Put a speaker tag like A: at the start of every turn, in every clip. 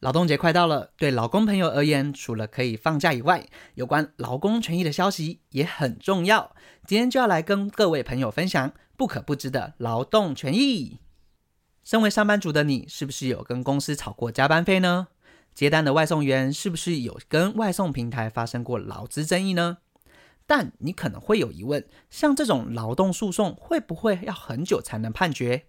A: 劳动节快到了，对劳工朋友而言，除了可以放假以外，有关劳工权益的消息也很重要。今天就要来跟各位朋友分享不可不知的劳动权益。身为上班族的你，是不是有跟公司吵过加班费呢？接单的外送员是不是有跟外送平台发生过劳资争议呢？但你可能会有疑问，像这种劳动诉讼会不会要很久才能判决？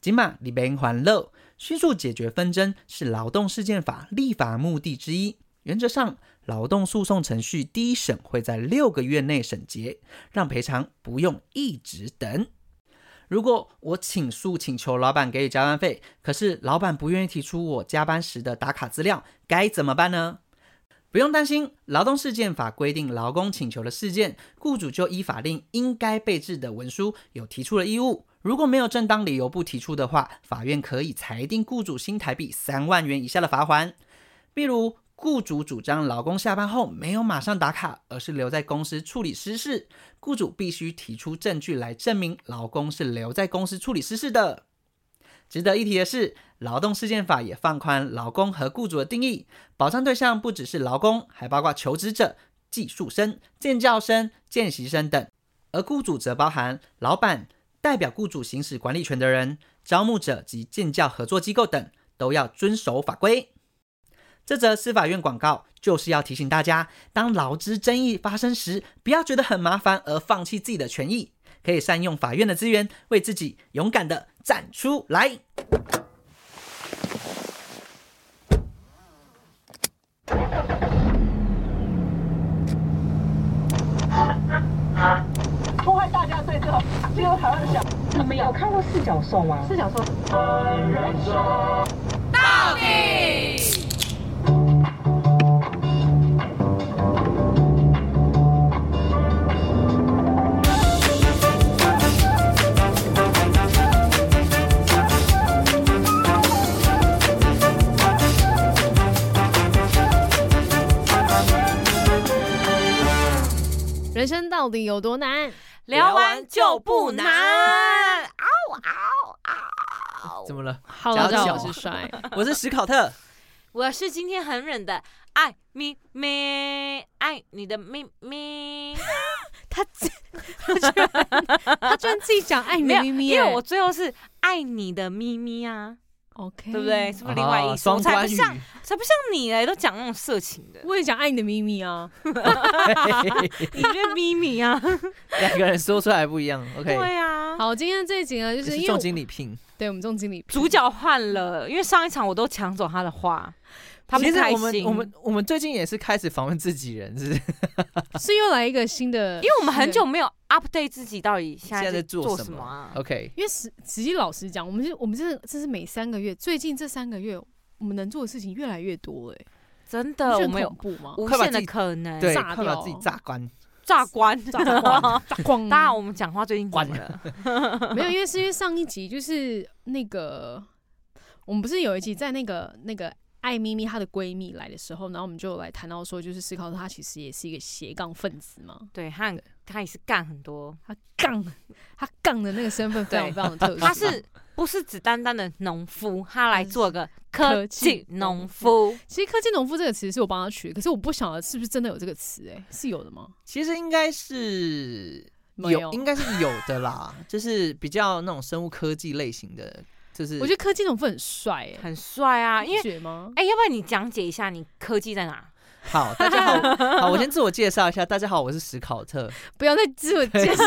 A: 今晚你别还乐，迅速解决纷争是劳动事件法立法目的之一。原则上，劳动诉讼程序第一审会在六个月内审结，让赔偿不用一直等。如果我请诉请求老板给予加班费，可是老板不愿意提出我加班时的打卡资料，该怎么办呢？不用担心，《劳动事件法》规定，劳工请求的事件，雇主就依法令应该备至的文书有提出的义务。如果没有正当理由不提出的话，法院可以裁定雇主新台币三万元以下的罚款。例如，雇主主张劳工下班后没有马上打卡，而是留在公司处理私事，雇主必须提出证据来证明劳工是留在公司处理私事的。值得一提的是，《劳动事件法》也放宽劳工和雇主的定义，保障对象不只是劳工，还包括求职者、技术生、建教生、见习生等；而雇主则包含老板、代表雇主行使管理权的人、招募者及建教合作机构等，都要遵守法规。这则司法院广告就是要提醒大家，当劳资争议发生时，不要觉得很麻烦而放弃自己的权益，可以善用法院的资源，为自己勇敢的站出来。
B: 破坏大家对这个进入台湾的想
C: 你们有看过四角兽吗？
B: 是想说，
D: 人生到底有多难？
E: 聊完就不难。
A: 怎么了？
D: 好了，
A: 加
D: 大家
A: 油
D: 好我是帅，
A: 我是史考特。
E: 我是今天很忍的，爱咪咪，爱你的咪 咪。
D: 他自他居然他居然自己讲爱你
E: 没有，
D: 咪咪耶，
E: 因为我最后是爱你的咪咪啊，
D: OK，
E: 对不对？？是不是 另外
A: 啊
E: 意思？我
A: 双
E: 才不
A: 关语。
E: 像，才不像你嘞，都讲那种色情 的。
D: 我也讲爱你的秘密啊，
E: 你这咪 咪啊，
A: 两个人说出来不一样。OK，
E: 对啊。
D: 好，今天这一集呢，就
A: 这
D: 是
A: 是
D: 因为
A: 重
D: 我
A: 金礼聘。
D: 对我们重经理
E: 主角换了，因为上一场我都抢走他的话，他不
A: 其实
E: 开
A: 我们
E: 心。
A: 我们我们最近也是开始访问自己人，是 不是？
D: 是又来一个新的，因
E: 因为我们很久没有 update 自己到底现
A: 现在在
E: 在
A: 做
E: 做
A: 什
E: 什
A: 么
E: 么啊。
A: OK，
D: 因为实实际老实讲，我们是我们这这是每三个月，最近这三个月我们能做的事情越来越多哎，
E: 真
D: 你不觉
E: 的，呃我
D: 得
E: 们
D: 很
E: 有
D: 恐怖吗？
E: 无
A: 快把
E: 限
A: 自
E: 的
A: 己
E: 可能。
A: 对，
D: 炸
A: 快把
D: 掉
A: 自己炸关。
E: 炸嗯关，
D: 炸光，炸光！
E: 当然，我们讲话最近怎
A: 关
E: 么 了？
D: 没有，因为是因为上一集就是那个，我们不是有一集在那个那个艾咪咪她的闺蜜来的时候，然后我们就来谈到说，就是思考她其实也是一个斜杠分子嘛，
E: 对，他很他也是干很多，
D: 她杠她杠的那个身 份非常
E: 对
D: 非常的特殊，
E: 他是不是只单单的农夫？他来做个
D: 科
E: 科
D: 技
E: 技农夫，
D: 其实科技农夫这个词是我帮她取的，可是我不晓得是不是真的有这个词，哎，是有的吗？
A: 其实应该是
D: 没
A: 有，
D: 有，
A: 应该是有的啦，就是比较那种生物科技类型的，就是
D: 我觉得科技农夫很帅，哎，
E: 很帅啊！因为
D: 你觉得吗？
E: 哎，要不然你讲解一下你科技在哪？
A: 好。大家好，好，我先自我介绍一下，大家好，我是史考特。
D: 不要再自我介 绍，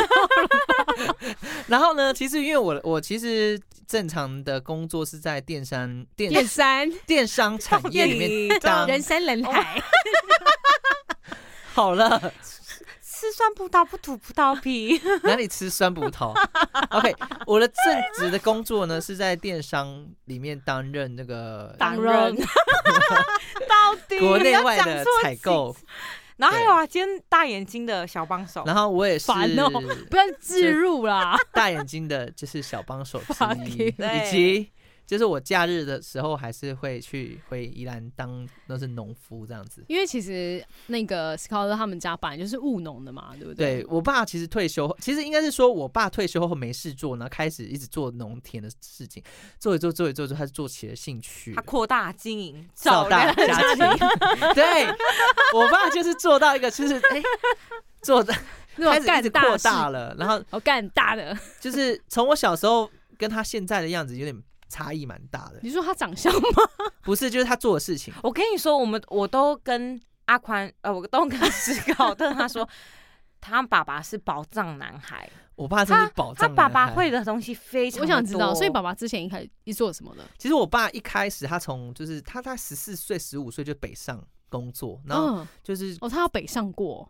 A: 然后呢，其实因为我我其实正常的工作是在电商电
D: 燕 山
A: 电商产业里面
E: 面
A: 当
D: 人山人海，
A: 好了，
E: 吃酸葡萄不吐葡萄 皮，
A: 哪里吃酸葡萄？OK，我的正职的工作呢是在电商里面担任那个
E: 当
D: 然
E: 然， 到底
A: 国内外
E: 不要
A: 的
E: 讲错
A: 采
E: 几
A: 购，
E: 然后还有啊，今天大眼睛的小帮手，
A: 然后我也是
D: 烦 哦不要自入啦。
A: 大眼睛的，就是小帮手之
D: Fuck you
A: 一，以及就是我假日的时候还是会去回宜兰当都是农夫这样子。
D: 因为其实那个斯考特他们家本来就是务农的嘛，对不对？
A: 对我爸其实退休后，其实应该是说我爸退休后没事做，然后开始一直做农田的事情，做一做做一做做，他就做起了兴趣
E: 他。扩大经营，
A: 造大
E: 亮
A: 家庭， 对我爸就是做到一个，就是哎、做的
D: 那
A: 开始
D: 种
A: 一
D: 干
A: 直
D: 大
A: 扩
D: 事，
A: 大了，然后
D: 哦，干 大的。
A: 就是从我小时候跟他现在的样子有点差异蛮大的，
D: 你说他长相吗？
A: 不是就是他做的事情，
E: 我跟你说，我们我都跟阿宽，呃，我都跟史考特他说， 他爸爸是宝藏男孩，
A: 我爸真
E: 他
A: 是宝
E: 他
A: 藏
E: 爸爸
A: 男孩
E: 会的东西非常
D: 我
E: 地
D: 想知道，
E: 多
D: 所以爸爸之前一开始一做什么呢？
A: 其实我爸一开始他从就是他在十四岁、十五岁就北上工作，然后
D: 嗯，
A: 就是、
D: 哦，他要北上过，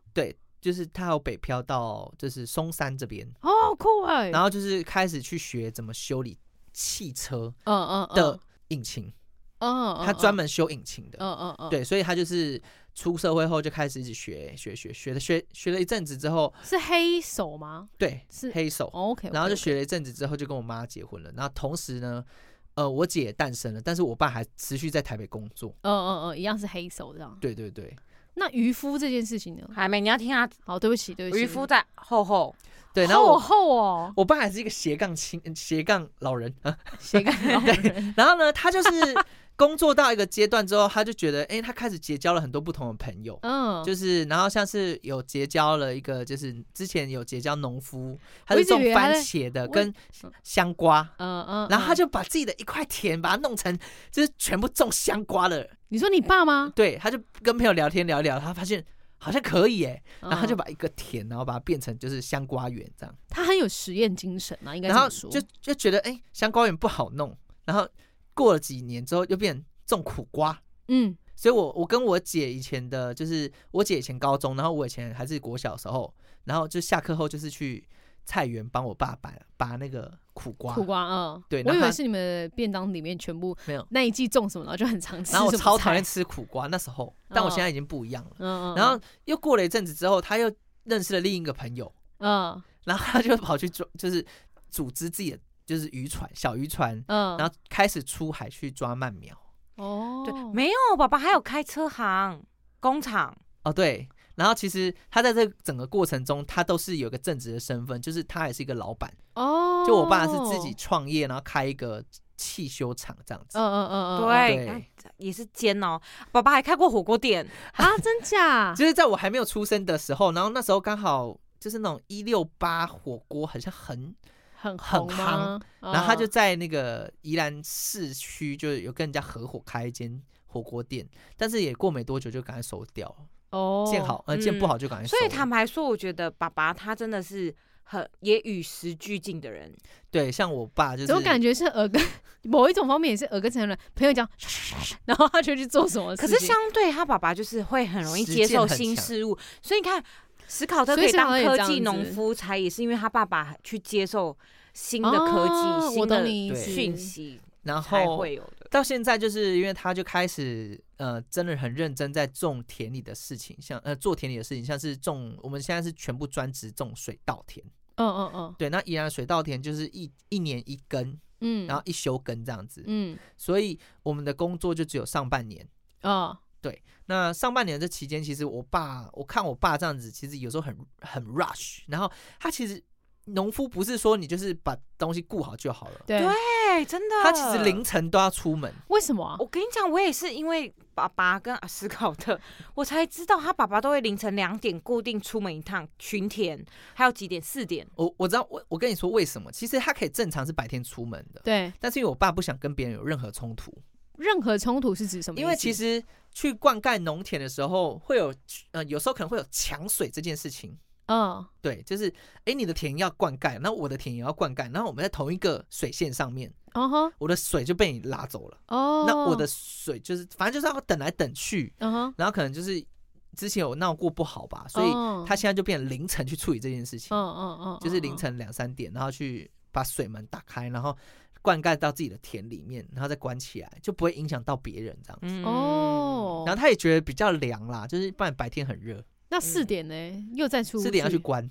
A: 就是他有北漂到就是松山这边，
D: 哦，好酷哎、
A: 然后就是开始去学怎么修理汽车
D: 嗯嗯嗯
A: 的引擎，
D: 嗯，嗯
A: 他专，门修引擎的。
D: 嗯嗯嗯，，
A: 对，所以他就是出社会后就开始一直学学学学的学学了一阵子之后，
D: 是黑手吗？
A: 对，
D: 是
A: 黑手，
D: 哦，OK，
A: 然后就学了一阵子之后就跟我妈结婚了，然后同时呢，呃，我姐也诞生了，但是我爸还持续在台北工作。
D: 嗯嗯嗯，一样是黑手这样。
A: 对对对
D: 那渔夫这件事情呢？
E: 还没你要听他
D: 好，对不起，对不起，
E: 渔夫在厚厚，
A: 对，然后
D: 厚
A: 我
D: 厚哦，
A: 我爸还是一个斜杠青斜杠老人，啊
D: 斜杠老人，
A: 然后呢，他就是工作到一个阶段之后，他就觉得，哎、他开始结交了很多不同的朋友。
D: 嗯，
A: 就是，然后像是有结交了一个，就是之前有结交农夫，他
D: 我一
A: 是
D: 直以
A: 种
D: 为他
A: 番
D: 在
A: 茄的
D: 我
A: 跟
D: 嗯
A: 香瓜，
D: 嗯嗯，
A: 然后他
D: 嗯
A: 就把自己的一块田把它弄成就是全部种香瓜的，
D: 你说你爸吗？
A: 对，他就跟朋友聊天聊一聊，他发现好像可以耶，然
D: 然
A: 后他就把一个田，然后把它变成就是香瓜园这样，
D: 嗯他很有实验精神啊，应该这
A: 然后
D: 么说，
A: 就就觉得哎、诶香瓜园不好弄，然后过了几年之后又变种苦瓜。
D: 嗯
A: 所以我，我跟我姐以前的，就是我姐以前高中，然后我以前还是国小的时候，然后就下课后就是去菜园帮我爸拔拔那个苦瓜，
D: 苦瓜，嗯，
A: 对
D: 我
A: 然
D: 以
A: 后
D: 为
A: 他
D: 是你们的便当里面全部
A: 没有，
D: 那一季种什么，然后就很常吃什
A: 然后
D: 么菜，
A: 我超讨厌吃苦瓜那时候，但我现在已经不一样了。
D: 嗯，嗯，
A: 然后又过了一阵子之后，他又认识了另一个朋友，
D: 嗯
A: 然后他就跑去抓，就是组织自己的就是渔船小渔船，
D: 嗯，
A: 然后开始出海去抓鳗苗。
D: 哦，
E: 对，没有爸爸还有开车行工厂，
A: 哦，对。然后其实他在这整个过程中，他都是有一个正职的身份，就是他也是一个老板。
D: 哦，
A: 就我爸是自己，创业，然后开一个汽修厂这样子。
D: 嗯嗯嗯嗯，嗯
E: 对，
A: 对
E: 啊也是煎哦，爸爸还开过火锅店，
D: 啊，真 假？
A: 就是在我还没有出生的时候，然后那时候刚好就是那种一六八火锅好像很
D: 很
A: 很
D: 红吗？
A: 然后他就
D: 嗯
A: 在那个宜兰市区，就有跟人家合伙开一间火锅店，但是也过没多久就赶快收掉了，
D: 哦
A: 建好，呃，建不
E: 嗯
A: 好就赶快收
E: 所
A: 了。
E: 以坦白说，我觉得爸爸他真的是很也与时俱进的人，
A: 对，像我爸就是，
D: 怎么感觉是耳根 某一种方面也是耳根成人，朋友讲，然后他就去做什么
E: 可
D: 事情，
E: 是相对他爸爸就是会很容易
A: 实
E: 接
A: 践
E: 受
A: 很
E: 新
A: 强
E: 事物，所以你看史考
D: 所
E: 特可
D: 以
E: 以
D: 史考
E: 当
D: 特也
E: 科
D: 这样
E: 技农
D: 子
E: 夫才，也是因为他爸爸去接受新的科技、
D: 哦我
E: 新
D: 懂
E: 的
D: 你意
A: 对
D: 思
E: 讯，息
A: 然
E: 才
A: 后
E: 会有的。
A: 到现在就是因为他就开始呃，真的很认真在种田里的事情，像呃做田里的事情，像是种我们现在是全部专职种水稻田，
D: 嗯嗯嗯
A: 对，那宜兰水稻田就是一一年一根，
D: 嗯，
A: 然后一休耕这样子，
D: 嗯
A: 所以我们的工作就只有上半年。
D: 哦
A: 那上半年这期间，其实我爸，我看我爸这样子，其实有时候很很 rush，然后他其实农夫不是说你就是把东西顾好就好了，
D: 对，
E: 对，真的。
A: 他其
D: 啊
A: 实凌，晨都要出门，
D: 为什么啊？
E: 我跟你讲，我也是因为爸爸跟啊史考特，我才知道他爸爸都会凌晨两点固定出门一趟巡田，还有几点四点。
A: 我我知道，我我跟你说为什么？其实他可以正常是白天出门的，
D: 对，
A: 但是因为我爸不想跟别人有任何冲突，
D: 任何冲突是指什么意思？
A: 因为其实去灌溉农田的时候会有，呃，有时候可能会有抢水这件事情。
D: 嗯
A: 对，就是哎，你的田要灌溉，那我的田也要灌溉，然后我们在同一个水线上面，
D: 哦哈
A: 我的水就被你拉走了。
D: 哦，
A: 那我的水就是，反正就是要等来等去，
D: 嗯哼，
A: 然后可能就是之前有闹过不好吧，所以
D: 哦
A: 他现在就变凌晨去处理这件事情，
D: 嗯嗯嗯，
A: 就是凌
D: 嗯。
A: 晨两三点，然后去把水门打开，然后灌溉到自己的田里面，然后再关起来，就不会影响到别人这样。
E: 嗯，
D: 哦，
A: 然后他也觉得比较凉啦，就是不然白天很热，
D: 那四点呢？又再出
A: 四点要去关，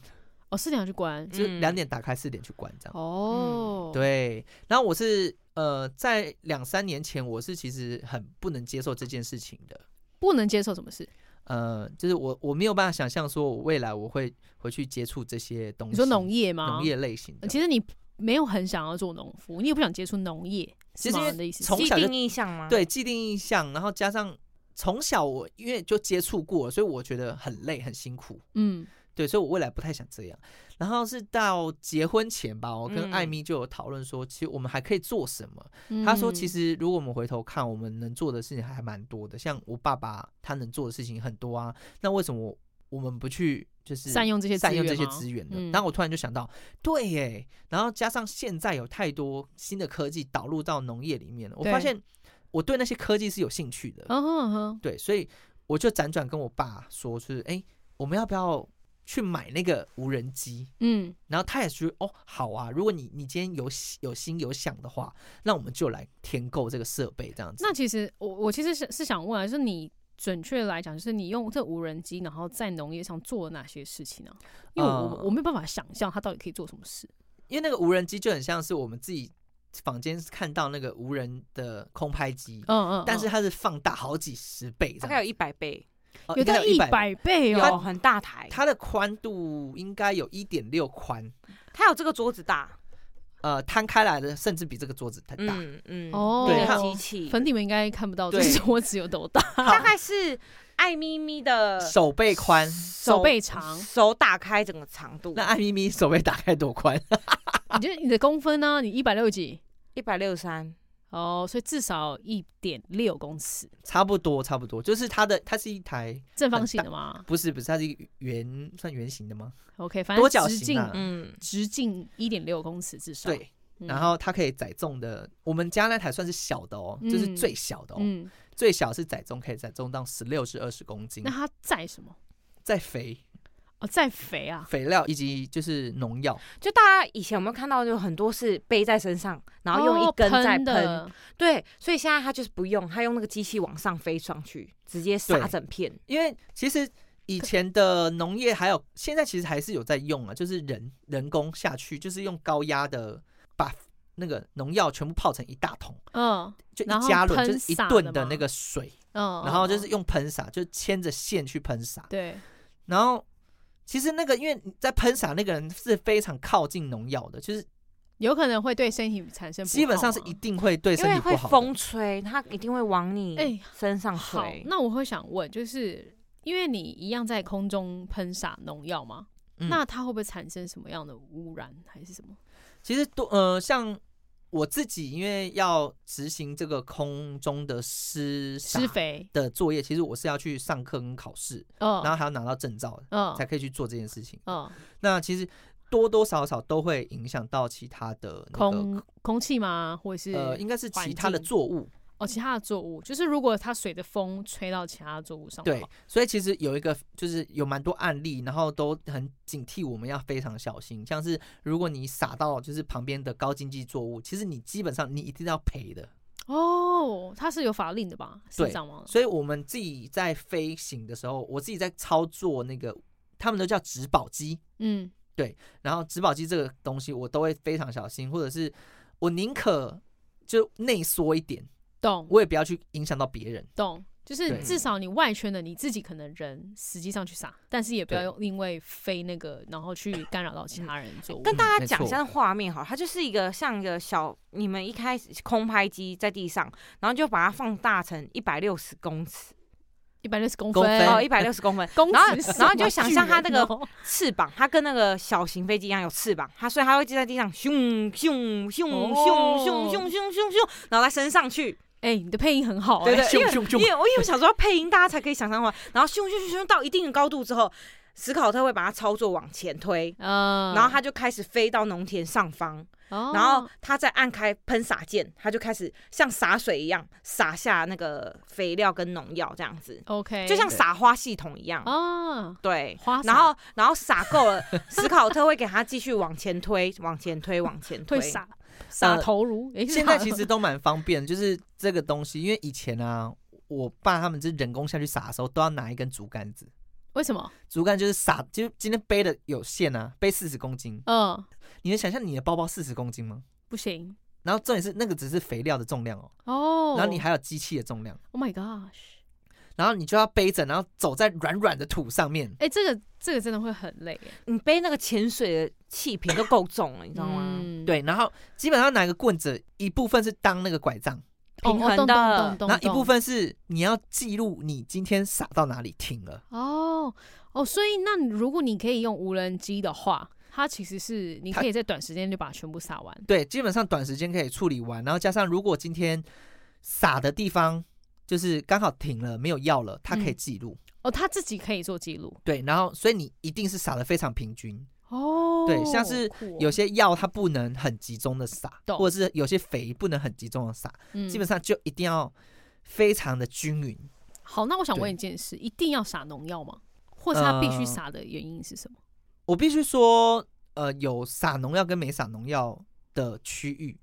D: 哦，四点要去关
A: 就是
E: 嗯
A: 两点打开，四点去关这样。
D: 哦。，
A: 对，然后我是呃，在两三年前，我是其实很不能接受这件事情的。
D: 不能接受什么事？
A: 呃，就是我我没有办法想象说，我未来我会回去接触这些东西。
D: 你说农业吗？
A: 农业类型
D: 呃
A: 的，
D: 其实你没有很想要做农夫，你也不想接触农业，
A: 其实
D: 是吗
A: 因为
D: 你的意思是？
A: 从
E: 既
A: 小就
E: 定印象吗？，
A: 对既定印象，然后加上从小我因为就接触过，所以我觉得很累很辛苦。
D: 嗯，
A: 对，所以我未来不太想这样。然后是到结婚前吧，我跟
E: 嗯
A: 艾米就有讨论说，其实我们还可以做什么。
D: 嗯
A: 他说，其实如果我们回头看，我们能做的事情还蛮多的。像我爸爸他能做的事情很多啊，那为什么我我们不去就是
D: 善用这些资
A: 善用这
D: 源
A: 些
D: 吗
A: 资源呢？
D: 嗯
A: 然后我突然就想到，对耶。然后加上现在有太多新的科技导入到农业里面了，我发
D: 对
A: 现我对那些科技是有兴趣的。
D: 嗯哼嗯哼，
A: 对，所以我就辗转跟我爸说，就是哎、诶我们要不要去买那个无人机？
D: 嗯，
A: 然后他也说哦，好啊，如果你你今天有喜有心有想的话，那我们就来添购这个设备这样子。
D: 那其实我我其实是是想问啊，就是你准确来讲，就是你用这无人机，然后在农业上做了哪些事情呢、因为我、
A: 呃
D: 我没有办法想象它到底可以做什么事。
A: 因为那个无人机就很像是我们自己坊间看到那个无人的空拍机，
D: 嗯嗯，
A: 但是
D: 嗯
A: 它是放大好几十倍这
E: 大概
A: 样
E: 有一百倍，
A: 哦
D: 有
A: 应该
D: 到一
A: 100
D: 百倍
A: 有
E: 有
D: 哦，
E: 很大台，
A: 它的宽度应该有一点六宽，
E: 它有这个桌子大，
A: 呃，摊开来的甚至比这个桌子还大。
E: 嗯嗯，
D: 哦
E: 对，
A: 它
E: 机器，
D: 粉底们应该看不到，就
A: 对
D: 是我只有多大，
E: 大概是爱咪咪的
D: 呃
A: 手背宽，
D: 手背长，
E: 手打开整个长度，
A: 那艾咪咪手背打开多宽？
D: 你觉得你的公分呢？你一百六几？
E: 一百六十三，
D: 哦，所以至少一点六公尺，
A: 差不多，差不多，就是它的，它是一台，
D: 正方形的嘛。
A: 不是不是，它是一个圆，算圆形的吗？
D: OK，反
A: 多
D: 正
A: 角
D: 直
A: 形
D: 径、
A: 啊
E: 嗯，
D: 直径一点六公尺至少。
A: 对。
D: 嗯，
A: 然后它可以载重的，我们家那台算是小的哦，就是
D: 嗯
A: 最小的哦，
D: 嗯，
A: 最小是载重可以载重到十六至二十公斤
D: 那，它载什么？
A: 再肥
D: 哦，载肥啊。
A: 肥料以及就是农药，
E: 就大家以前有没有看到，就很多是背在身上，然后用一
D: 哦
E: 根在
D: 喷的，
E: 对，所以现在它就是不用，它用那个机器往上飞上去，直接
A: 对
E: 撒整片，
A: 因为其实。以前的农业还有现在其实还是有在用啊，就是人人工下去，就是用高压的把那个农药全部泡成一大桶，
D: 嗯
A: 就
D: 然
A: 一
D: 后
A: 加仑
D: 喷
A: 就是一
D: 洒
A: 吨
D: 的
A: 的
D: 吗
A: 那个水，
D: 嗯，
A: 然后就是用喷洒，就牵着线去喷洒。
D: 对，
A: 然后其实那个因为你在喷洒那个人是非常靠近农药的，就是
D: 有可能会对身体产生不
A: 基本上
D: 好
A: 是
D: 吗
A: 一定会对
E: 因
A: 身
E: 为
A: 体不
E: 会
A: 好的。
E: 风吹，它一定会往你
D: 哎
E: 身上
D: 好
E: 吹。。
D: 那我会想问，就是因为你一样在空中喷洒农药嘛，
A: 嗯
D: 那它会不会产生什么样的污染还是什么？
A: 其实多呃，像我自己因为要执行这个空中的施
D: 施
A: 洒
D: 肥？
A: 的作业，其实我是要去上课跟考试，然后
D: 嗯
A: 还要拿到证照的
D: 嗯
A: 才可以去做这件事情。
D: 嗯，
A: 那其实多多少少都会影响到其他的那个
D: 空空气吗？或者是
A: 呃，应该是其
D: 环
A: 他的
D: 境
A: 作物。
D: 哦，其他的作物，就是如果它随着风吹到其他作物上的
A: 对
D: 话，，
A: 所以其实有一个就是有蛮多案例，然后都很警惕我们要非常小心。像是如果你撒到就是旁边的高经济作物，其实你基本上你一定要赔的。
E: 嗯
D: 哦，它是有法令的吧？是
A: 对
D: 这样吗？
A: 所以我们自己在飞行的时候，我自己在操作那个他们都叫植保机，
D: 嗯，
A: 然后植保机这个东西我都会非常小心，或者是我宁可就内缩一点，
D: 懂
A: 我也不要去影响到别人。
D: 懂，就是
A: 对
D: 至少你外圈的你自己可能人实际上去撒，但是也不要
A: 对
D: 用因为飞那个然后去干扰到其他人 的作物。
E: 跟大
A: 嗯没
E: 家讲一下
A: 错
E: 那画面好了，它就是一个像一个小，你们一开始空拍机在地上，然后就把它放大成一百六十公尺，
D: 一百六十公
A: 公
D: 分
A: 分
E: 哦，一百六十公分，
D: 公
E: 然后
D: 尺是什
E: 然后
D: 么
E: 就想象它
D: 巨
E: 那
D: 人
E: 个
D: 哦
E: 翅膀，它跟那个小型飞机一样有翅膀，它所以它会就在地上咻咻咻咻
D: 哦
E: 咻咻咻咻咻，然后再升上去，
D: 哎、你的配音很好、
E: 对
D: 哎，
E: 对，因为
A: 咻咻咻
E: 因为我因为想说要配音，大家才可以想象话，然后咻咻咻咻到一定的高度之后，史考特会把它操作往前推。
D: 嗯、
E: 然后它就开始飞到农田上方，
D: 哦，
E: 然后他再按开喷洒键，他就开始像洒水一样洒下那个肥料跟农药这样子，
D: OK，
E: 就像撒花系统一样。
D: 啊，
E: 对，
D: 花洒
E: 然后然后撒够了， 史考特会给他继续往前推，往前推，往前推。
D: 会撒撒
A: 呃
D: 头颅。 哎、
A: 现
D: 撒
A: 在其实都蛮方便，就是这个东西，因为以前啊，我爸他们就是人工下去撒的时候，都要拿一根竹竿子，
D: 为什么？
A: 竹竿就是撒，就是今天背的有限啊，背四十公斤，
D: 嗯，
A: 你能想象你的包包四十公斤吗？
D: 不行，
A: 然后重点是那个只是肥料的重量哦，
D: 哦，
A: 然后你还有机器的重量，
D: ，Oh my gosh，
A: 然后你就要背着，然后走在软软的土上面。
D: 哎、这个这个真的会很累耶，
E: 你背那个潜水的气瓶都够重了，你
D: 你
E: 知道吗？
D: 嗯
A: 对，然后基本上拿一个棍子，一部分是当那个拐杖，
D: 哦
E: 平衡的
D: 然
A: 然后一部分是你要记录你今天撒到哪里停了。
D: 哦哦，所以那你如果你可以用无人机的话，它其实是你
A: 它
D: 可以在短时间就把它全部撒完。
A: 对，基本上短时间可以处理完，然后加上如果今天撒的地方就是刚好停了，没有药了，它可以
D: 嗯
A: 记录。
D: 哦，它自己可以做记录。
A: 对，然后所以你一定是撒的非常平均。
D: 哦，
A: 对像是
D: 好酷哦
A: 有些药它不能很集中的撒，
D: 懂
A: 或者是有些肥不能很集中的撒，
D: 嗯
A: 基本上就一定要非常的均匀。
D: 好。那我想
A: 对
D: 问一件事：一定要撒农药吗？或是它必须
A: 呃
D: 撒的原因是什么？
A: 我必须说，呃，有撒农药跟没撒农药的区域，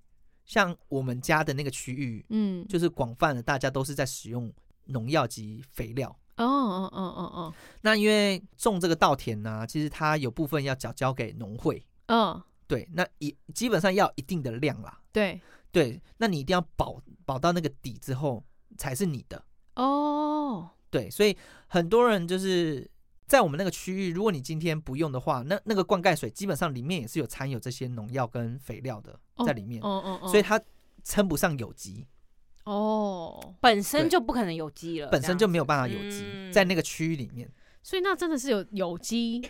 A: 像我们家的那个区域，
D: 嗯，
A: 就是广泛的大家都是在使用农药及肥料。
D: 哦哦哦哦
A: 那因为种这个稻田呢、其实它有部分要缴交给农会，
D: 哦，嗯，
A: 对，那一基本上要有一定的量啦，
D: 对，
A: 对，那你一定要保保到那个底之后才是你的，
D: 哦，
A: 对，所以很多人就是在我们那个区域，如果你今天不用的话，那那个灌溉水基本上里面也是有掺有这些农药跟肥料的
D: 哦
A: 在里面，
D: 哦哦哦，
A: 所以它称不上有机，
D: 哦，
E: 本身
A: 对
E: 就不可能有机了，
A: 本身就没有
E: 有。
A: 办法有机，
E: 嗯
A: 在那个区域里面
D: 所以那真的是有有机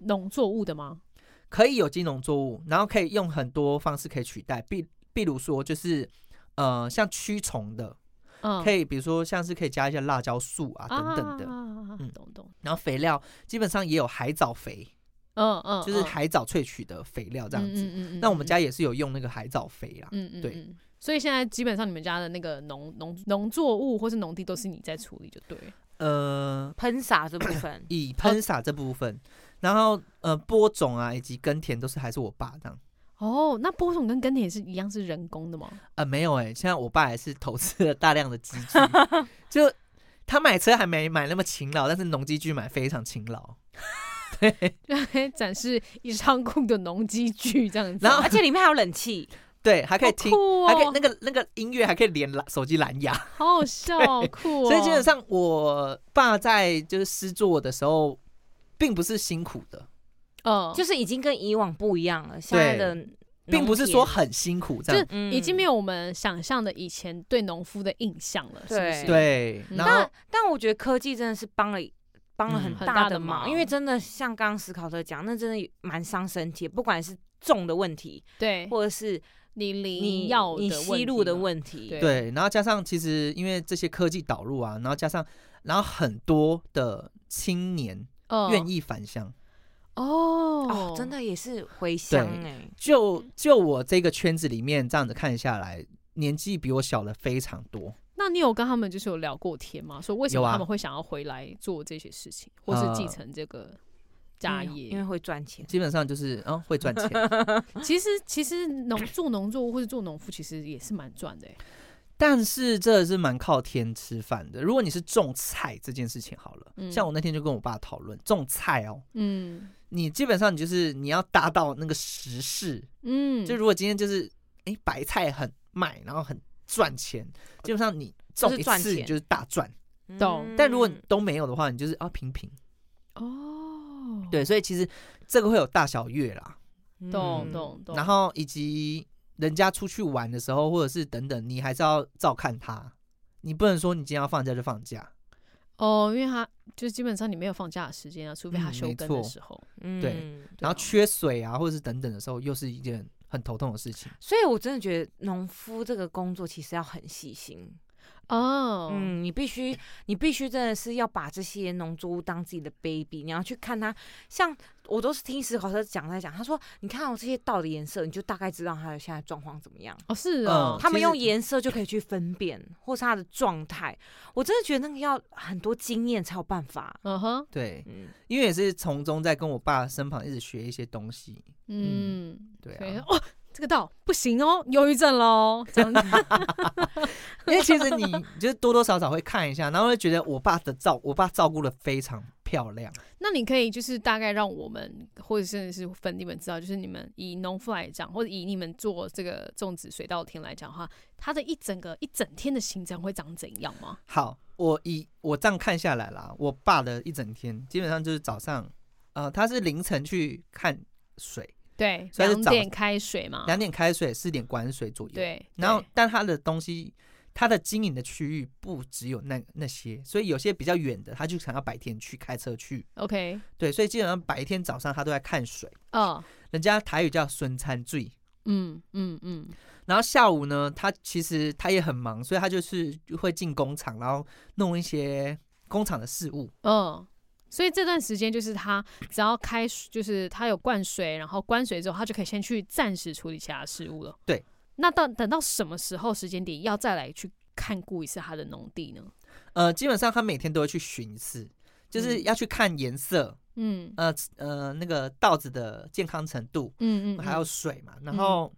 D: 农作物的吗？
A: 可以有机农作物，然后可以用很多方式可以取代，比比如说就是呃像驱虫的，
D: 嗯，
A: 可
D: 以
A: 以比如说像是可以加一些辣椒素啊等等的，
D: 的
A: 嗯
D: 懂懂，
A: 然后肥料基本上也有海藻肥，
D: 嗯嗯，
A: 就是
D: 嗯
A: 海藻萃取的肥料这样子。
D: 嗯嗯嗯嗯
A: 那我们
D: 嗯
A: 家也是有用那个海藻肥啦，
D: 嗯嗯
A: 对
D: 嗯所以现在基本上你们家的那个农农农作物或是农地都是你在处理，就对了。
A: 呃，
E: 喷洒这部分，
A: 以喷洒这部分，然后呃播种啊以及耕田都是还是我爸这样。
D: 哦，那播种跟耕田也是一样是人工的吗？
A: 呃，没有哎、现在我爸还是投资了大量的机具，就他买车还没买那么勤劳，但是农机具买非常勤劳。
D: 展示一仓库的农机具这样子，啊
A: 然后
E: 而且里面还有冷气，
A: 对，还可以
D: 好
A: 听，
D: 酷
A: 还可以
D: 哦
A: 那个那个音乐还可以连蓝手机蓝牙。
D: 好好 笑哦，酷哦。
A: 所以基本上我爸在就是诗作的时候，并不是辛苦的，
D: 嗯，
E: 就是已经跟以往不一样了。现在的农
A: 并不是说
E: 田
A: 很辛苦这
D: 就
A: 样
D: 是。
E: 嗯
D: 已经没有我们想象的以前对农夫的印象了，是不
E: 对
D: 是？
A: 对，
D: 嗯
A: 然后
E: 但我觉得科技真的是帮了帮了很
A: 嗯
D: 很大
E: 大
D: 的
E: 的
D: 忙
E: 忙，因为真的像刚刚史考特讲，那真的蛮伤身体，不管是重的问题，
D: 对，
E: 或者是
D: 你
E: 你
D: 淋药
E: 你
D: 的问
E: 吸入的
D: 题吗
E: 问题，哦
D: 对
A: 对，然后加上其实因为这些科技导入啊，然后加上然后很多的青年
D: 嗯
A: 愿意返乡，
D: 哦
E: 哦，真的也是回乡
A: 对
E: 哎，
A: 就就我这个圈子里面这样子看下来，年纪比我小的非常多，
D: 那你有跟他们就是有聊过天吗？说为什
A: 有
D: 么
A: 啊
D: 他们会想要回来做这些事情，或是
A: 呃嗯
D: 继承这个家
E: 因为
D: 业？
E: 嗯因为会赚钱。
A: 基本上就是嗯会赚 钱，
D: 其实其实农做农作物或者做农夫，其实也是蛮赚的欸、
A: 但是这是蛮靠天吃饭的。如果你是种菜这件事情好了，
D: 嗯
A: 像我那天就跟我爸讨论种菜哦，
D: 嗯
A: 你基本上你就是你要搭到那个时事，
D: 嗯，
A: 就如果今天就是哎、诶白菜很卖，然后很赚钱，基本上你种
E: 就是
A: 一
E: 赚
A: 次你
E: 钱
A: 就是大赚。
D: 懂
E: 嗯
A: 但如果你都没有的话，你就是啊平平。
D: 哦，
A: 对，所以其实这个会有大小月啦，
D: 懂
E: 嗯
D: 懂懂。
A: 然后以及人家出去玩的时候，或者是等等，你还是要照看他。你不能说你今天要放假就放假，
D: 哦，因为他就基本上你没有放假的时间啊，除非他
A: 嗯
D: 休
A: 没
D: 耕的
A: 错
D: 时候。
A: 对
E: 嗯
A: 然后缺水啊，或者是等等的时候，又是一件很头痛的事情。
E: 所以，我真的觉得农夫这个工作其实要很细心。
D: 哦，
E: 嗯，你必须，你必须真的是要把这些农作物当自己的 baby，你要去看它。像我都是听史考特讲在讲，他说：“你看我、哦这些稻的颜色，你就大概知道它的现在状况怎么样。
D: 哦是哦
A: 嗯，
E: 他们
A: 其实
E: 用颜色就可以去分辨，或是它的状态。我真的觉得那个要很多经验才有办法。
D: 嗯哼，
A: 对，
E: 嗯，
A: 因为也是从中在跟我爸身旁一直学一些东西。
D: 嗯，
A: 对
D: 所以
A: 啊，
D: 哦，这个道不行哦，忧郁症喽，这样子。
A: 因为其实你就是多多少少会看一下，然后会觉得我爸的照，我爸照顾的非常漂亮。
D: 那你可以就是大概让我们，或者甚至是粉你们知道，就是你们以农夫来讲，或者以你们做这个种植水稻田来讲的话，它的一整个一整天的行程会长怎样吗？
A: 好，我以我这样看下来啦，我爸的一整天基本上就是早上，呃，他是凌晨去看水，
D: 对，
A: 所以是
D: 两
A: 早
D: 点开水嘛，
A: 两点开水，四点关水左右。，
D: 嗯对，
A: 然后
D: 对
A: 但他的东西，他的经营的区域不只有那那些，所以有些比较远的，他就想要白天去开车去。
D: OK，
A: 对，所以基本上白天早上他都在看水，
D: 哦，
A: 人家台语叫“孙餐醉”。
D: 嗯嗯嗯，
A: 然后下午呢，他其实他也很忙，所以他就是会进工厂，然后弄一些工厂的事务。
D: 哦。所以这段时间就是他只要开水，就是他有灌水，然后关水之后，他就可以先去暂时处理其他事务了。
A: 对。
D: 那到等到什么时候时间点要再来去看顾一次他的农地呢？
A: 呃，基本上他每天都会去巡一次，就是
D: 嗯
A: 要去看颜色，
D: 嗯
A: 呃呃，那个稻子的健康程度，
D: 嗯嗯，
A: 还有
D: 嗯
A: 水嘛。然
D: 嗯
A: 后，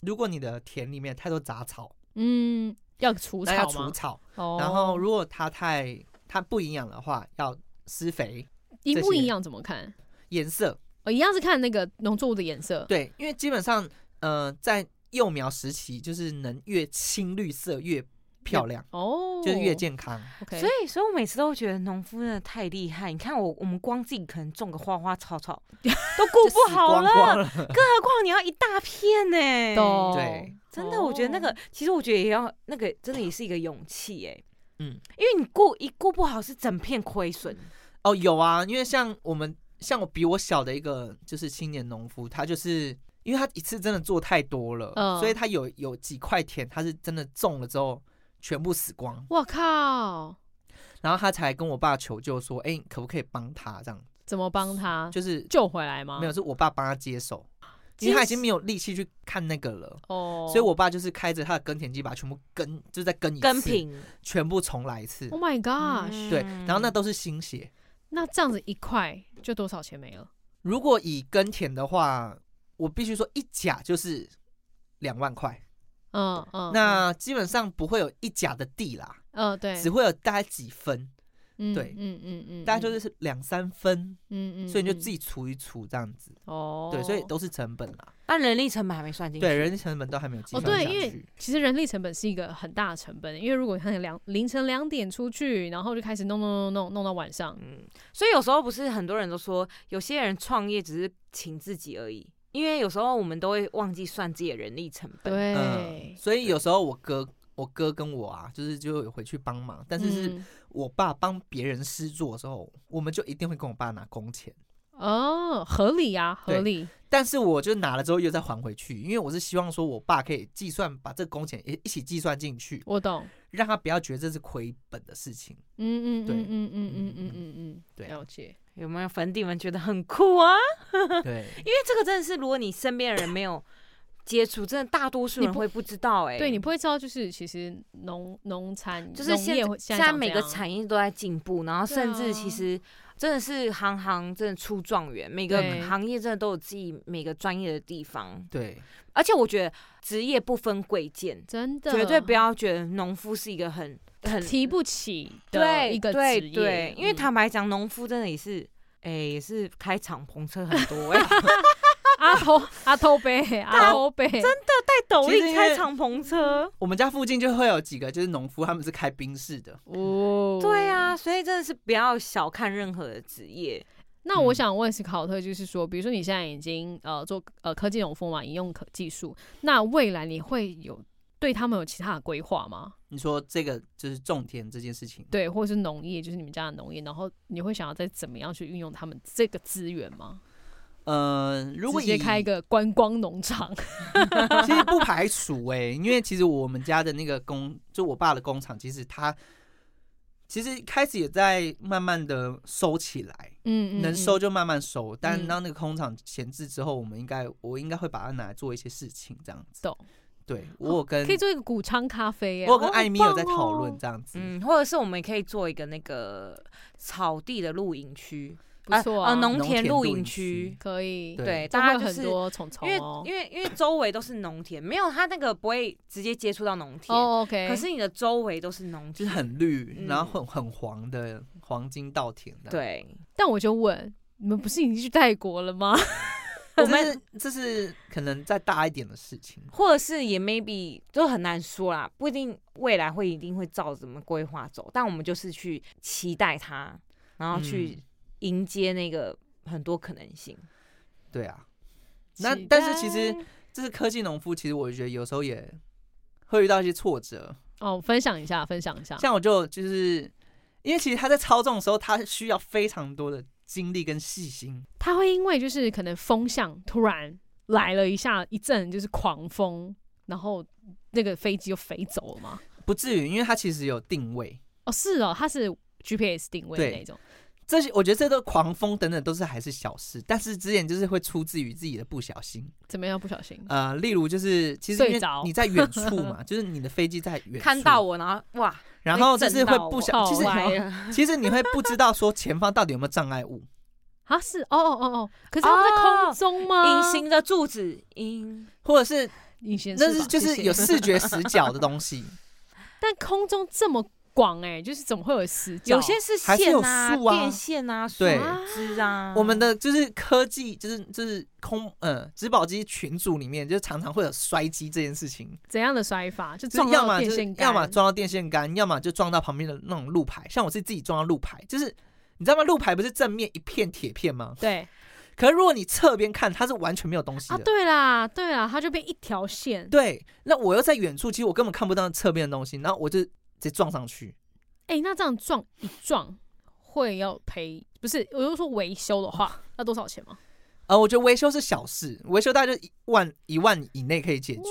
A: 如果你的田里面太多杂草，
D: 嗯要除
A: 那要
D: 草
A: 除
D: 吗？
A: 草。
D: 哦
A: 然后，如果它太它不营养的话，要施肥。
D: 营
A: 这
D: 不
A: 些
D: 营养怎么看？
A: 颜色
D: 哦，一样是看那个农作物的颜色。
A: 对，因为基本上，呃，在幼苗时期，就是能越青绿色越漂亮，
D: 哦，
A: 就是越。健康。
D: OK，
E: 所以，所以我每次都觉得农夫真的太厉害。你看我，我们光自己可能种个花花草 草都顾
A: 就
E: 不
A: 死
E: 好
A: 光光
E: 了，
A: 了，
E: 更何况你要一大片呢、
D: 懂
A: 对，
E: 真的，我觉得
D: 哦
E: 那个，其实我觉得也要那个，真的也是一个勇气哎、
A: 嗯，
E: 因为你顾一顾不好是整片亏损。
A: 哦，有啊，因为像我们像我比我小的一个就是青年农夫，他就是因为他一次真的做太多了，
D: 嗯
A: 所以他有有几块田他是真的种了之后全部死光，
D: 我靠，
A: 然后他才跟我爸求救说，哎、可不可以帮他这样？
D: 怎么帮他
A: 就是
D: 救回来吗？
A: 没有，是我爸帮他接手，因为他已经没有力气去看那个了。
D: 哦，
A: 所以我爸就是开着他的耕田机，把它全部耕，就是再耕一次，
E: 跟平嗯
A: 全部重来一次。
D: Oh my gosh，、
A: 对，然
D: 嗯
A: 后那都是新鞋。
D: 那这样子一块就多少钱没了？
A: 如果以耕田的话，我必须说一甲就是两万块，
D: 嗯嗯，
A: 那基本上不会有一甲的地啦，
D: 嗯嗯对，
A: 只会有大概几分，
D: 嗯
A: 对
D: 嗯嗯嗯，
A: 大概就是两三分，
D: 嗯嗯嗯，
A: 所以你就自
D: 己
A: 己除一除这样子。
D: 哦，
A: 对，所以都是成本啦，
E: 那人力成本还没算进去。
A: 对，人力成本都还没有计
D: 哦
A: 算
D: 对，
A: 下
D: 因为
A: 去。
D: 其实人力成本是一个很大的成本，因为如果你两凌晨两点出去，然后就开始弄弄弄弄弄到晚上，
E: 嗯，所以有时候不是很多人都说，有些人创业只是请自己而已，因为有时候我们都会忘记算自己的人力成本。
D: 对，
A: 嗯，所以有时候我哥、我哥跟我啊，就是就有回去帮忙，但是是
D: 嗯
A: 我爸帮别人施作的时候，我们就一定会跟我爸拿工钱，
D: 哦，合理呀、合
A: 对
D: 理，
A: 但是我就拿了之后又再还回去，因为我是希望说我爸可以计算把这个工钱也一起计算进去，
D: 我懂。
A: 让他不要觉得这是亏本的事 情。
D: 嗯嗯
A: 对
D: 嗯嗯嗯嗯嗯嗯嗯，
A: 对啊
D: 了解。
E: 有没有粉底们觉得很酷啊？
A: 对，
E: 因为这个真的是，如果你身边的人没有接触，真的大多数
D: 你
E: 人
D: 不
E: 会不知道哎、
D: 对你不会知道，就是其实农农产
E: 就是
D: 农业
E: 现
D: 会
E: 现
D: 在
E: 在
D: 长
E: 每
D: 怎
E: 个
D: 样
E: 产业都在进步，然后
D: 对
E: 甚至
D: 啊
E: 其实真的是行行真的出状元，每个
D: 对
E: 行业真的都有自己每个专业的地方，
A: 对，
E: 而且我觉得职业不分贵贱，
D: 真的
E: 绝对不要觉得农夫是一个很很
D: 提不 起的
E: 对
D: 一个职
E: 对
D: 业，
E: 对，因为
D: 嗯
E: 坦白讲，农夫真的也是。哎、也是开敞篷车很 多哎、
D: 阿头阿头 呗，
E: 啊
D: 阿头呗，真
E: 在抖
A: 其实
E: 音
A: 因
E: 开
A: 为
E: 敞篷车，
A: 我们家附近就会有几个就是农夫，他们是开宾士的。
D: 哦
E: 对。啊，所以真的是不要小看任何的职业，
D: 那我
A: 嗯
D: 想问斯考特，就是说，比如说你现在已经呃做呃科技农夫嘛，引用可技术，那未来你会有对他们有其他的规划吗？
A: 你说这个就是种田这件事情，
D: 对，或者是农业，就是你们家的农业，然后你会想要再怎么样去运用他们这个资源吗？
A: 呃，如果
D: 直接
A: 以
D: 开一个观光农场，
A: 其实不排除哎、因为其实我们家的那个工，就我爸的工厂，其实他其实开始也在慢慢的收起来，
D: 嗯
A: 能收就慢慢收。但
D: 嗯
A: 当那个工厂闲置之后，我们应该我应该会把它拿来做一些事情，这样子。
D: 懂，
A: 对我有跟
D: 哦可以做一个谷仓咖啡耶。
A: 嗯我有跟
D: 哦
A: 艾米有在讨论，这样子。
E: 嗯，或者是我们也可以做一个那个草地的露营区，
D: 好棒哦不错
E: 啊
D: 啊，
E: 呃农
A: 农
E: 田
A: 田
E: 露
A: 露
E: 营
A: 营
E: 区
A: 区，
D: 可以，
A: 对
E: 对，
D: 大
E: 大
D: 家
E: 家就
D: 很
E: 是
D: 多虫虫
E: 因为
D: 哦。
E: 因为因为周围都是农田，没有它那个不会直接接触到农田，
D: 哦，OK，
E: 可是你的周围都是农
A: 就
E: 田，
A: 是很绿，
E: 嗯
A: 然后很很黄的黄金稻田的。，
E: 对，
D: 但我就问，你们不是已经去泰国了吗？
A: 我们这是可能再大一点的事情。
E: 或者是也 maybe 都很难说啦，不一定未来会一定会照怎么规划走，但我们就是去期待它，然后去
A: 嗯
E: 迎接那个很多可能性。
A: 对啊，那
D: 期
A: 但是其实
D: 待
A: 这是科技农夫，其实我觉得有时候也会遇到一些挫折。
D: 哦，分享一下，分享一下，
A: 像我就就是因为其实他在操纵的时候，他需要非常多的精力跟细心。
D: 他会因为就是可能风向突然来了一下，一阵就是狂风，然后那个飞机就飞走了吗？
A: 不至于，因为他其实有定位，
D: 哦，是哦，它是 GPS 定位的
A: 对
D: 那种。
A: 这些我觉得这都狂风等等都是还是小事，但是之前就是会出自于自己的不小心。
D: 怎么样？不小心
A: 呃，例如就是其实因为
D: 嗯睡着
A: 你在远处嘛， 就是你的飞机在远处
E: 看到，我，然后哇，
A: 然后就是会不
D: 被震到
A: 小，其
D: 我好
A: 实
E: 歪 了，
A: 其实你会不知道说前方到底有没有障碍物，
D: 啊？是哦哦哦哦，可是他们在空中吗？
E: 隐形的柱子，隐
A: 或者 是
D: 隐形
A: 那
D: 吧
A: 是就
D: 谢
A: 是
D: 谢
A: 有视觉死角的东 西，
D: 但空中这么广哎、就是怎么会有死角？
E: 有些是
A: 还是
E: 线
A: 有
E: 啊，
A: 树啊
E: 电线啊，树
A: 对
E: 枝
D: 嗯
E: 啊，
A: 我们的就是科技，就是就是空呃，植保机群组里面，就常常会有摔机这件事情，
D: 怎样的摔法？就
A: 就
D: 撞
A: 是要
D: 到
A: 么
D: 电
A: 就是
D: 线杆，
A: 要么撞到电线杆，要么就撞到旁边的那种路牌。像我是自己撞到路牌，就是你知道吗？路牌不是正面一片铁片吗？
D: 对
A: 可是如果你侧边看，它是完全没有东西
D: 啊，
A: 的。
D: 对啦，对啦，它就变一条线。
A: 对，那我又在远处，其实我根本看不到侧边的东西，然后我就直接撞上去。
D: 哎、那这样撞一撞会要赔？不是，我就说维修的
A: 哦
D: 话，要多少钱吗？
A: 呃，我觉得维修是小事，维修大概就一万一万以内可以解决，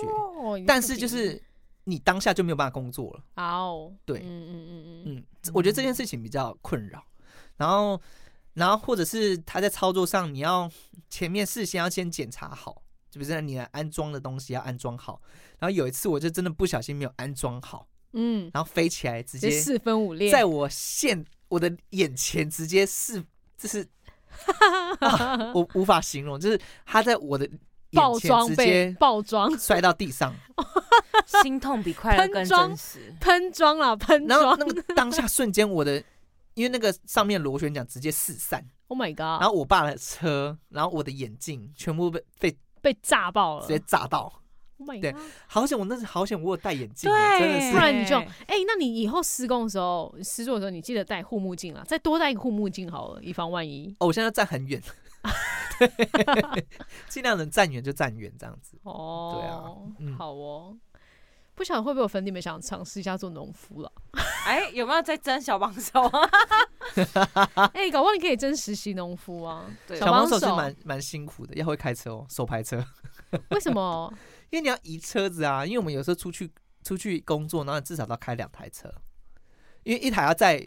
D: 哦，你
A: 但
D: 这
A: 是
D: 个
A: 就
D: 便宜
A: 是你当下就没有办法工作了。
D: 哦，
A: 对
D: 嗯嗯嗯嗯，
A: 嗯，我觉得这件事情比较困扰。然后，然后或者是他在操作上，你要前面事先要先检查好，就比如说你的安装的东西要安装好。然后有一次我就真的不小心没有安装好，
D: 嗯，
A: 然后飞起来直
D: 直接
A: 接
D: 四分五裂，
A: 在我现我的眼前直接是，这 是、啊我无法形容，就是他在我的眼
D: 爆
A: 前
D: 装
A: 直
D: 被
A: 接
D: 爆装
A: 摔到地上，
E: 心痛比快乐更
D: 喷装
E: 真实。
D: 喷装啦，喷
A: 然后
D: 装
A: 那个当下瞬间我的。因为那个上面螺旋桨直接四散，
D: ，Oh my
A: 然
D: god，
A: 后我爸的车，然后我的眼镜全部被被直
D: 被炸爆了
A: 接炸到，
D: ，Oh my
A: 对
D: god，
A: 好险！我那时好险，我有戴眼镜，啊
E: 对
A: 真的
D: 不
A: 是。
D: 然你就哎、那你以后施工的时候、施作的时候，你记得戴护目镜啦，啊再多戴一个护目镜好了，以防万一。
A: 哦，我现在站很远，对，尽量能站远就站远，这样子。
D: 哦，
A: 啊嗯
D: 好哦。不晓得会不会有粉底们想尝试一下做农夫了？
E: 哎，有没有在争 小帮手啊？
A: 啊
D: 哎、搞不好你可以真实习农夫啊！
E: 对
A: 小帮
D: 帮
A: 手是蛮蛮辛苦的，要会开车哦，手排车，
D: 为什么？
A: 因为你要移车子啊。因为我们有时候出去出去工作，然后至少要开两台车，因为一台要载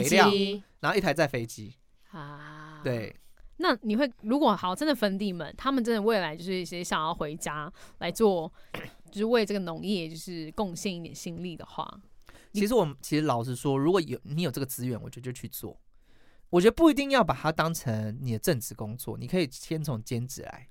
A: 肥料，
D: 机
A: 然后一台载飞机。
D: 啊，。
A: 对，
D: 那你会如果好，真的粉底们，他们真的未来就是一些想要回家来做，就是为这个农业就是贡献一点心力的话，
A: 其实我们其实老实说，如果有你有这个资源，我觉得就去做。我觉得不一定要把它当成你的正职工作，你可以先从兼职来，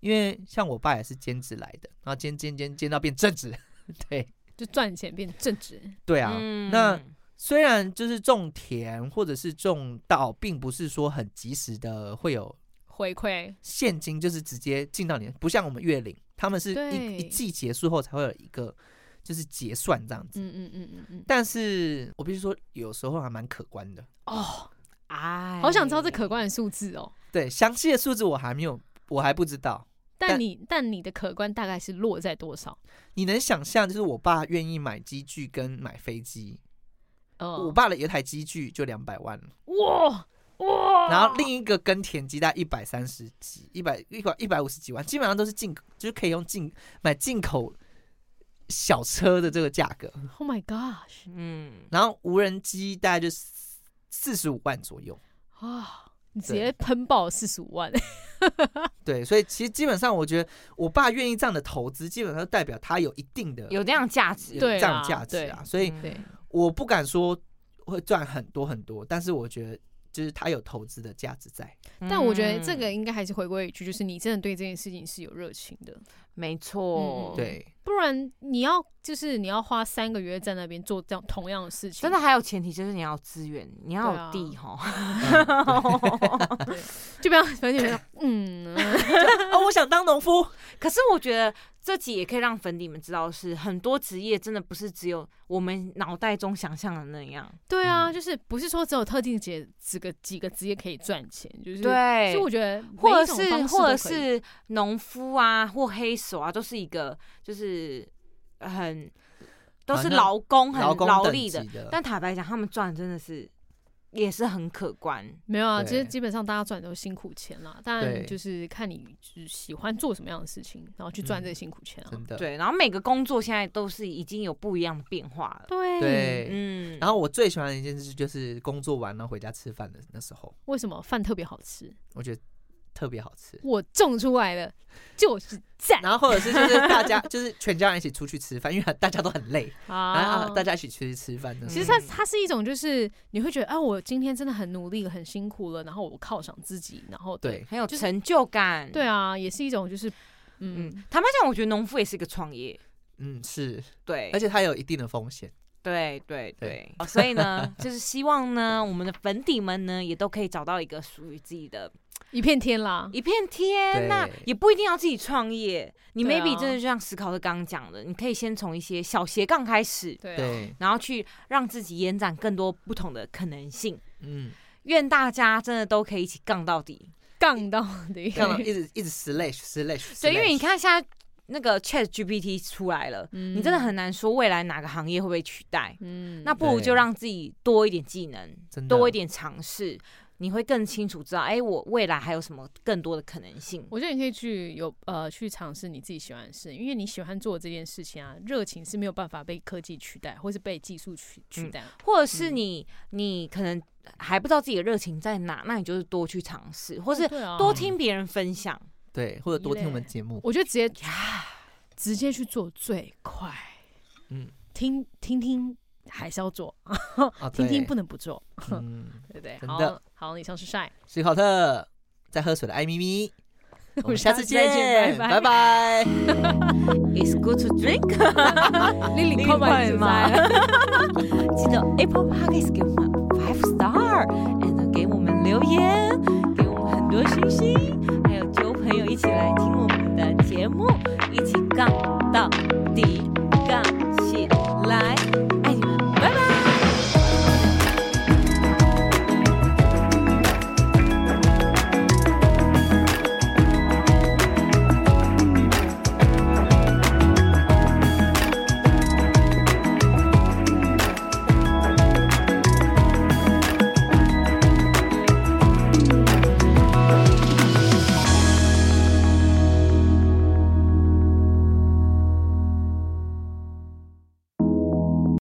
A: 因为像我爸也是兼职来的，然后兼兼兼兼到变正职。 对
D: 就赚钱变正直。
A: 对啊，
E: 嗯
A: 那虽然就是种田或者是种稻，并不是说很及时的会有
D: 回馈，
A: 现金，就是直接进到你的，不像我们月领，他们是
D: 对
A: 一一季结束后才会有一个就是结算这样子。
D: 嗯嗯嗯嗯嗯，
A: 但是我必须说，有时候还蛮可观的。
D: 哦，
E: 哎，
D: 好想知道这可观的数字哦。
A: 对，详细的数字我还没有，我还不知道。
D: 但
A: 但
D: 你但你的可观大概是落在多少？
A: 你能想象，就是我爸愿意买机具跟买飞机，我
D: 呃，
A: 爸的有一台机具就两百万了，
D: 哇哇，
A: 然后另一个耕田机大概一百三十几、一百一百一百五十几万，基本上都是进，就是可以用进买进口小车的这个价格。
D: Oh my gosh
E: 嗯，
A: 然后无人机大概就四十五万左右。
D: 啊！你直接喷爆四十五万，
A: 对，所以其实基本上，我觉得我爸愿意这样的投资，基本上代表他有一定的
E: 有那样价值
A: 有，
D: 对
A: 这样
D: 啦
A: 的价值
D: 对
A: 啊。所以
E: 嗯
D: 对，
A: 我不敢说会赚很多很多，但是我觉得就是它有投资的价值在。
E: 嗯
D: 嗯但我觉得这个应该还是回归一句，就是你真的对这件事情是有热情的。
E: 没错
D: 嗯，
E: 哦
A: 对，
D: 不然你要就是你要花三个月在那边做这样同样的啊事情，
E: 真的还有前提就是你要有资源，你要有
D: 对啊啊
E: 地哈。
D: 就不要粉底 们嗯，
E: 哦，我想当农夫。 可是我觉得这集也可以让粉底们知道的是，很多职业真的不是只有我们脑袋中想象的那样。
D: 对啊，就是不是说只有特定几几个几个职业可以赚钱，就是
E: 对
D: 所以我觉得
E: 或者
D: 每一种
E: 是
D: 方式
E: 或者
D: 都可以
E: 是农夫啊，或黑手啊，都是一个就是很都
A: 啊
E: 是
A: 那
E: 劳工很
A: 劳工
E: 劳
A: 等
E: 力的
A: 级。的，
E: 但坦白讲，他们赚的真的是也是很可观。
D: 没有啊，其实
A: 对
D: 基本上大家赚都是辛苦钱啦，但
A: 对
D: 就是看你就是喜欢做什么样的事情，然后去赚这个辛苦钱啊。
A: 真的
E: 对，然后每个工作现在都是已经有不一样的变化了。
D: 对
A: 对
E: 嗯，
A: 然后我最喜欢的一件事就是工作完了回家吃饭的那时候，
D: 为什么饭特别好吃？
A: 我觉得特别好吃。
D: 我种出来的就是赞
A: 然后或者是就是大 家就是全家人一起出去吃饭，因为大家都很累，
E: 哦
A: 然后啊大家一起出去吃饭。
E: 嗯
D: 其实它它是一种，就是你会觉得，啊，我今天真的很努力了，很辛苦了，然后我犒赏自己，然后
A: 对
E: 很有
D: 就是
E: 成就感。
D: 对啊，也是一种就是，嗯，
E: 嗯，坦白讲，我觉得农夫也是一个创业，
A: 嗯是，
E: 对，
A: 而且它有一定的风险。
E: 对对对
A: 对，
E: 哦所以呢，就是希望呢，我们的粉底们呢，也都可以找到一个属于自己的
D: 一片天啦，
E: 一片天。
A: 对
E: 那也不一定要自己创业，你
D: 对啊
E: maybe 真的就像思考的刚刚讲的，你可以先从一些小斜杠开始，
D: 对啊，
A: 对，
E: 然后去让自己延展更多不同的可能性。
A: 嗯，
E: 愿大家真的都可以一起杠到底。
D: 杠到 底，
A: 看到一直一直 slash slash，
E: 对，因为你
A: slash
E: 看现在那个 Chat GPT 出来了，
D: 嗯
E: 你真的很难说未来哪个行业会被取代。
D: 嗯，
E: 那不如
A: 对
E: 就让自己多一点技能，
A: 真的
E: 多一点尝试，你会更清楚知道，哎、我未来还有什么更多的可能性。
D: 我觉得你可以去有呃去尝试你自己喜欢的事，因为你喜欢做这件事情啊，热情是没有办法被科技取代，或是被技术取
E: 嗯
D: 取代。啊
E: 或者是你，你可能还不知道自己的热情在哪，那你就是多去尝试，或
D: 或
E: 是
D: 对啊，
E: 多听别人分享。
A: 对，或者多听我们
D: 一类
A: 节目，
D: 我觉得直接直接去做最快，嗯
A: 嗯，
D: 听听听还是要做，
A: 啊，
D: 听听
A: 对
D: 不能不做，
A: 嗯，
D: 对不对？
A: 真的
D: 好，好，以上是晒，
A: 史考特在喝水的艾咪 咪，我
D: 们
A: 们下
D: 下
A: 次
D: 次再见
A: 见，拜
D: 拜拜
A: 拜。
E: It's good to drink，
D: 零
E: 零
D: 零
E: 扣
D: 扣
E: 满
D: 满
E: 一
D: 啊一
E: 组
D: 组塞。
E: 塞 记得 Apple Podcast 给我们 five star，and 给我们留言，给我们很多星星，还有揪朋友一起来听我们的节目，一起杠到底。